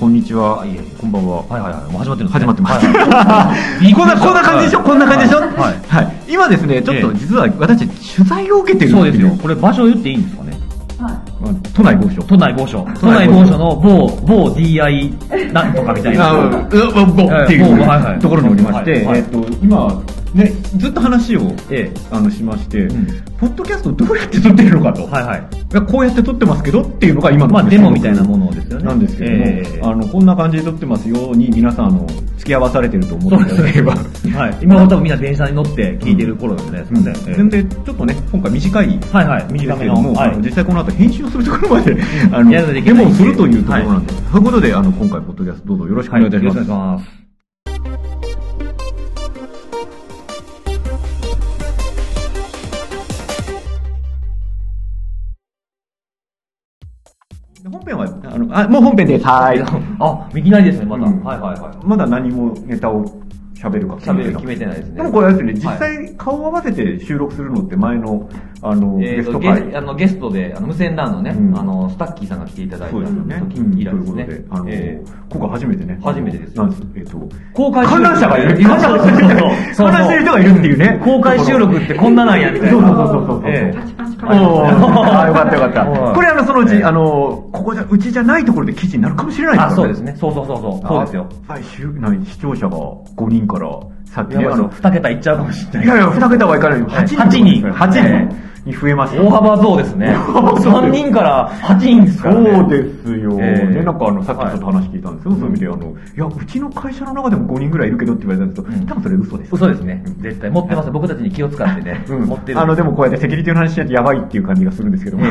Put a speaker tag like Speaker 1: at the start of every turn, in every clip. Speaker 1: こんにちは。いえ、こんばんは。
Speaker 2: はいはいはい、もう始まってるんですね
Speaker 1: 始まってます。
Speaker 2: い
Speaker 1: こんなこんな感じでしょ。
Speaker 2: はい
Speaker 1: こんな感じでしょ。
Speaker 2: はい
Speaker 1: はい。今ですね、ちょっと
Speaker 2: ええ
Speaker 1: 実は私取材を受けてるん
Speaker 2: そう
Speaker 1: で
Speaker 2: ですす
Speaker 1: よ
Speaker 2: よ。。これ場所言っていいんですかね。
Speaker 1: うん都内某所。
Speaker 2: 都内某所。
Speaker 1: 都
Speaker 2: 都
Speaker 1: 内
Speaker 2: 内
Speaker 1: 某所
Speaker 2: 某所の某、某 DI なんとかみたい
Speaker 1: あう
Speaker 2: な。
Speaker 1: うううってい
Speaker 2: ええもうはいうはい
Speaker 1: ところにおりまして、
Speaker 2: はいはい
Speaker 1: えっと今ねずっと話を
Speaker 2: え
Speaker 1: あのしまして、
Speaker 2: ん
Speaker 1: ポッドキャストどうやって撮ってるのかと、
Speaker 2: え。はいはい。
Speaker 1: いやこうやって撮ってますけどっていうのが今の
Speaker 2: まあデモみたいなものですよね。
Speaker 1: なんですけども、
Speaker 2: ええ
Speaker 1: あのこんな感じで撮ってますように皆さんあの付き合わされてると思
Speaker 2: そ
Speaker 1: っ
Speaker 2: う
Speaker 1: ていた
Speaker 2: です
Speaker 1: だけ
Speaker 2: ね
Speaker 1: れば。
Speaker 2: はい。今は多分みんな電車に乗って聞いてる頃ですね。すいませんええ
Speaker 1: 全然ちょっとね今回短い
Speaker 2: はいはい。
Speaker 1: で
Speaker 2: 短
Speaker 1: すけ
Speaker 2: め
Speaker 1: ど
Speaker 2: の。
Speaker 1: も、
Speaker 2: は
Speaker 1: あ
Speaker 2: い
Speaker 1: の。実際この後編集をするところまで、あの
Speaker 2: やらな
Speaker 1: デ
Speaker 2: いといけない
Speaker 1: モをするというところなんで、そういうことであの今回ポッドキャストどうぞよろしくお
Speaker 2: は
Speaker 1: 願い
Speaker 2: よ
Speaker 1: い
Speaker 2: ろ
Speaker 1: た
Speaker 2: し
Speaker 1: し
Speaker 2: くお
Speaker 1: ます。
Speaker 2: 願いします。
Speaker 1: 本編はあのあもう本編です。はい。
Speaker 2: あ、いきなりですね、また。
Speaker 1: うん
Speaker 2: はいはいはい。
Speaker 1: まだ何もネタを喋るか
Speaker 2: 喋る決めてないですね。
Speaker 1: でもこれあれですね、
Speaker 2: はい
Speaker 1: 実際顔を合わせて収録するのって前の、あの、
Speaker 2: え
Speaker 1: ゲ
Speaker 2: ー
Speaker 1: ス
Speaker 2: と
Speaker 1: ト
Speaker 2: ゲ
Speaker 1: 会。
Speaker 2: スあのゲストで、あの無線 LAN のね、
Speaker 1: うん
Speaker 2: あのスタッキーさんが来ていただいた
Speaker 1: そうですよね。
Speaker 2: 時
Speaker 1: うん
Speaker 2: 以来で
Speaker 1: とい
Speaker 2: す
Speaker 1: う
Speaker 2: ね
Speaker 1: ことで、。あの、
Speaker 2: えー
Speaker 1: 今回初めてね。
Speaker 2: 初めてですよ
Speaker 1: なんえっ、と、
Speaker 2: 公開
Speaker 1: 観覧車がいる。
Speaker 2: そうそうそうそ
Speaker 1: 観
Speaker 2: う
Speaker 1: 覧してる人がいるっていうね。
Speaker 2: 公開収録ってこんななんやみたいな。
Speaker 1: そうそうそうそうそう
Speaker 2: ええ
Speaker 1: おーあよかったよかっ
Speaker 2: は
Speaker 1: た。
Speaker 2: い
Speaker 1: これあの、そのうち、
Speaker 2: ええ
Speaker 1: あの、ここじゃ、うちじゃないところで記事になるかもしれない
Speaker 2: あ、そうです
Speaker 1: ね。
Speaker 2: ね。そうそうそうそう。そうですよ。
Speaker 1: はい、しゅな視聴者が5人から、さっき
Speaker 2: やば
Speaker 1: ね、あ
Speaker 2: いですよ
Speaker 1: の、
Speaker 2: 二桁いっちゃうかもしれないい。
Speaker 1: やいや、2桁はいかないよ。8人。
Speaker 2: 8人
Speaker 1: 8人に増えました。
Speaker 2: 大幅増ですね。
Speaker 1: 幅増
Speaker 2: 3人から8人ですからね。
Speaker 1: そうですよ、
Speaker 2: ええ
Speaker 1: ね、なんかあの、さっきちょっと話聞いたんですよ。そういう意味で、あの、いや、うちの会社の中でも5人ぐらいいるけどって言われたんですけど、
Speaker 2: うん
Speaker 1: 多分それ嘘です。
Speaker 2: 嘘ですね。絶対。持ってます。僕たちに気を使ってね。
Speaker 1: うん
Speaker 2: 持ってる。
Speaker 1: あの、でもこうやってセキュリティの話しないとやばいっていう感じがするんですけども、
Speaker 2: え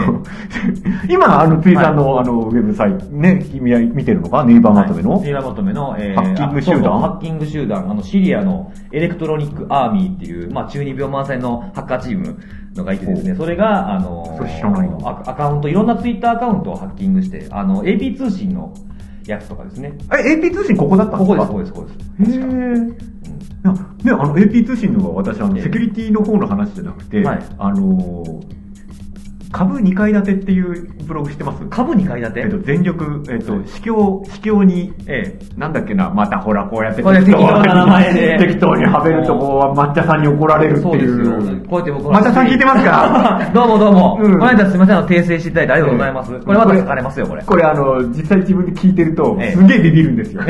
Speaker 1: 今、あの、ツイッターの、あの、ウェブサイト、ね、君は見てるのか、ネイバーまとめの。
Speaker 2: はいネイバーまとめの、え
Speaker 1: ハッキング集団
Speaker 2: あそうそうハッキング集団、あの、シリアのエレクトロニックアーミーっていう、まあ、中二病満載のハッカーチームのがいてですね、それが、あの
Speaker 1: それ知らない
Speaker 2: アカアカウント、いろんなツイッターアカウントをハッキングして、あの、AP 通信のやつとかですね。
Speaker 1: え、AP 通信ここだったん
Speaker 2: こ
Speaker 1: です
Speaker 2: こ
Speaker 1: か
Speaker 2: です、ここです、ここです。
Speaker 1: へーいやね、あの AP 通信の方が私あの、
Speaker 2: ええ
Speaker 1: セキュリティの方の話じゃなくて、
Speaker 2: はい
Speaker 1: あのー株2階建てっていうブログしてます
Speaker 2: 株2階建て
Speaker 1: えっと、全力、えっと、市況、市況に、
Speaker 2: え
Speaker 1: なんだっけな、またほら、こうやって
Speaker 2: これ適当な名前で
Speaker 1: 適当にはべるとこは抹茶さんに怒られるって
Speaker 2: そうで
Speaker 1: い
Speaker 2: すよ
Speaker 1: う。。
Speaker 2: こうやって僕
Speaker 1: 抹茶さん聞いてますか
Speaker 2: どうもどうも。
Speaker 1: うん
Speaker 2: この間すみません、あの訂正していただいてありがとうございます。これまた書かれますよ、これ。
Speaker 1: これあの、実際自分で聞いてると、
Speaker 2: ええ
Speaker 1: すげえビビるん ですよ。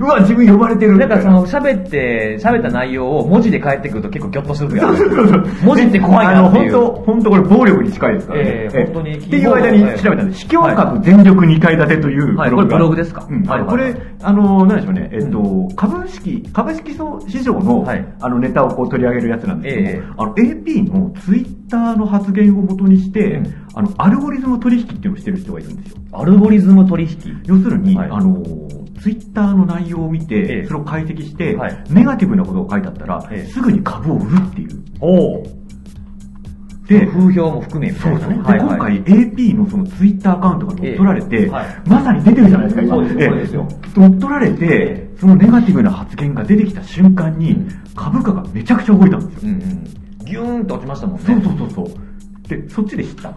Speaker 1: うわ、自分呼ばれてるみた
Speaker 2: ないんかその喋って、喋った内容を文字で返ってくると結構ギョッとする時ある。 文字って怖いなっていう。
Speaker 1: あの、本当本当これ暴力に近いですからね
Speaker 2: え。え本当に
Speaker 1: っていう間に調べたんです。卑怯株全力2階建てという
Speaker 2: はい
Speaker 1: が
Speaker 2: これブログですか
Speaker 1: うん。あのこ
Speaker 2: はいはい
Speaker 1: れ、あの、なんでしょうね、えっと、株式、株式市場の
Speaker 2: はい
Speaker 1: あのネタをこう取り上げるやつなんですけ
Speaker 2: ええ
Speaker 1: ども、あの AP のツイッターの発言をもとにして
Speaker 2: うん、
Speaker 1: あの、アルゴリズム取引っていうのをしてる人がいるんですよ。
Speaker 2: アルゴリズム取引。
Speaker 1: 要するに、
Speaker 2: はい
Speaker 1: あの、ツイッターの内容を見
Speaker 2: え
Speaker 1: て、
Speaker 2: え
Speaker 1: それを解析して
Speaker 2: はい、
Speaker 1: ネガティブなことが書いてあったら
Speaker 2: え、え
Speaker 1: すぐに株を売るっていう。
Speaker 2: おお。
Speaker 1: で
Speaker 2: で、風評も含めみた
Speaker 1: そ
Speaker 2: いうな
Speaker 1: そう。
Speaker 2: ね。
Speaker 1: で、今回 AP のそのツイッターアカウントが乗っ取られ
Speaker 2: え
Speaker 1: て、
Speaker 2: えはい
Speaker 1: まさに出てるじゃないですか、今。
Speaker 2: そうです
Speaker 1: ええ
Speaker 2: そうですよ
Speaker 1: 乗っ取られて
Speaker 2: え、
Speaker 1: そのネガティブな発言が出てきた瞬間に
Speaker 2: うん、
Speaker 1: 株価がめちゃくちゃ動いたんです
Speaker 2: う
Speaker 1: よ。
Speaker 2: んうん。ギューンと落ちましたもんね。
Speaker 1: そうそうそうそう。で、そっちで知った。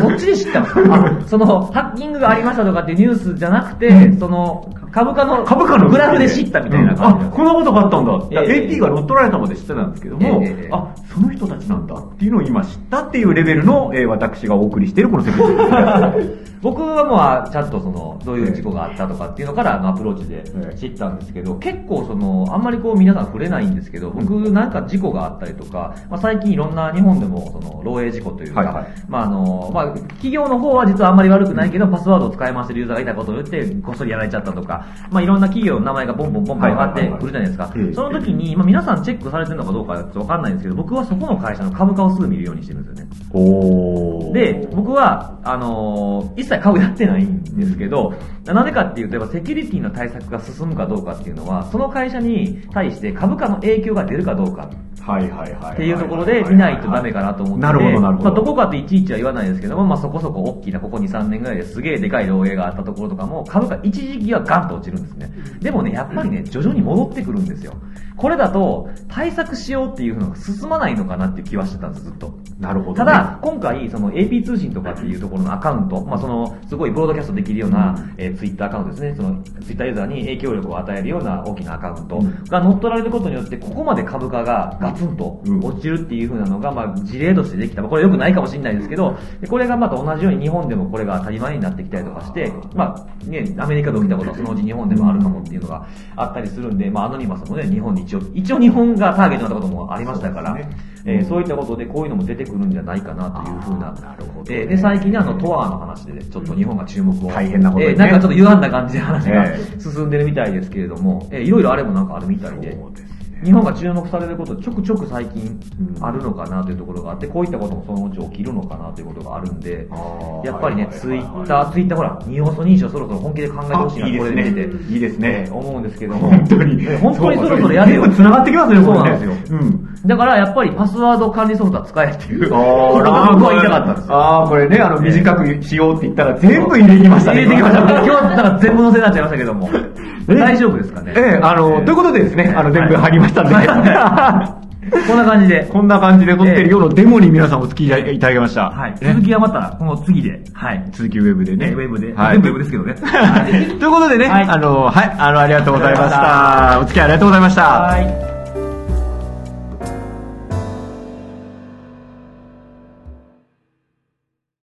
Speaker 2: そっちで知ったんですかあその、ハッキングがありましたとかっていうニュースじゃなくて、その、株価の、
Speaker 1: 株価の
Speaker 2: グラフで知ったみたいな感じ
Speaker 1: うんあ、こんなことがあったんだ。だから
Speaker 2: ええ
Speaker 1: AP が乗っ取られたまで知ってたんですけども
Speaker 2: ええええ、
Speaker 1: あ、その人たちなんだっていうのを今知ったっていうレベルの、えー私がお送りしているこのセキュリティ
Speaker 2: 僕はまあちゃんとそのどういう事故があったとかっていうのからあのアプローチで
Speaker 1: ええ
Speaker 2: 知ったんですけど結構そのあんまりこう皆さん触れないんですけど僕なんか事故があったりとか、まあ、最近いろんな日本でもその漏洩事故というか、
Speaker 1: はいはい
Speaker 2: まああのまあ、企業の方は実はあんまり悪くないけどパスワードを使い回してるユーザーがいたことによってこっそりやられちゃったとか、まあ、いろんな企業の名前がボンボンボンボン上がってくるじゃないですか
Speaker 1: はいはいはいはい
Speaker 2: その時に、まあ、皆さんチェックされてるのかどうかちょっとわかんないんですけど僕はそこの会社の株価をすぐ見るようにしてるんですよね
Speaker 1: おー
Speaker 2: で、僕は、あのー一切株やってないんですけど、なぜかっていうと、やっぱセキュリティの対策が進むかどうかっていうのは、その会社に対して株価の影響が出るかどうか
Speaker 1: はいはいはいはい。
Speaker 2: っていうところで見ないとダメかなと思ってて、
Speaker 1: なるほどなるほど
Speaker 2: まあ、どこかっていちいちは言わないですけども、まあそこそこ大きな、ここ2、3年ぐらいですげえでかい漏洩があったところとかも、株価一時期はガンと落ちるんですね。でもね、やっぱりね、徐々に戻ってくるんですよ。これだと、対策しようっていうのが進まないのかなっていう気はしてたんです、ずっと。
Speaker 1: なるほど、ね。
Speaker 2: ただ、、今回、その AP 通信とかっていうところのアカウント、まあ、その、すごいブロードキャストできるような、えツイッター Twitter アカウントですね。その、ツイッターユーザーに影響力を与えるような大きなアカウントが乗っ取られることによって、ここまで株価がガツンと落ちるっていう風なのが、まあ、事例としてできた。まあこれ良くないかもしれないですけど、でこれがまた同じように日本でもこれが当たり前になってきたりとかして、まあ、ね、アメリカで起きたことはそのうち日本でもあるかもっていうのがあったりするんで、まあ、アノニマスもね、日本に一応、一応日本がターゲットになったこともありましたから、
Speaker 1: そうですね
Speaker 2: えーそういったことでこういうのも出てくるんじゃないかなというふうな。
Speaker 1: あーなるほど
Speaker 2: えーで、最近ね、あの、トアの話でね、ちょっと日本が注目を。
Speaker 1: 大変なことにね
Speaker 2: えーなんかちょっと歪んだ感じで話が
Speaker 1: え
Speaker 2: 進んでるみたいですけれども、えーいろいろあれもなんかあるみたいで
Speaker 1: そうですね。
Speaker 2: 日本が注目されること、ちょくちょく最近
Speaker 1: うん
Speaker 2: あるのかなというところがあって、こういったこともそのうち起きるのかなということがあるんで
Speaker 1: あ、ー
Speaker 2: やっぱりね、
Speaker 1: はい
Speaker 2: ツ
Speaker 1: はい
Speaker 2: イ
Speaker 1: はいはい
Speaker 2: ッター、ツイッターほら、二要素認証そろそろ本気で考えてほしいな、
Speaker 1: あいいですね
Speaker 2: これで見てて。
Speaker 1: いいですね
Speaker 2: えー思うんですけども。
Speaker 1: 本当に
Speaker 2: えー。本当にそろそろやれよ。
Speaker 1: 全部繋がってきますね、
Speaker 2: そう
Speaker 1: こ
Speaker 2: な
Speaker 1: れ
Speaker 2: ん
Speaker 1: ね
Speaker 2: ですよ。
Speaker 1: うん。
Speaker 2: だからやっぱりパスワード管理ソフトは使えっていう。
Speaker 1: ああ、
Speaker 2: これが
Speaker 1: なん
Speaker 2: 僕
Speaker 1: か
Speaker 2: は言いたかったんですよ。
Speaker 1: ああ、これね、あの、短くしようって言ったら全部入れてきましたね。
Speaker 2: 入れてきました。今日なんか全部載せになっちゃいましたけども。大丈夫ですかね。
Speaker 1: ええ、あの、ということでですね、あの、全部入りましたんで。
Speaker 2: こんな感じで。
Speaker 1: こんな感じで撮ってるようなデモに皆さんお付き合いいただきました。
Speaker 2: はい。
Speaker 1: ね
Speaker 2: 続きはまた、この次で。はい。
Speaker 1: 続きウェブでね。
Speaker 2: ねウェブで
Speaker 1: はい
Speaker 2: 全部ウェブですけどね
Speaker 1: はいということでね、
Speaker 2: はい
Speaker 1: あの、はい、あの、ありがとうございまし
Speaker 2: あ
Speaker 1: た。お付き合いありがとうございました。
Speaker 2: はい。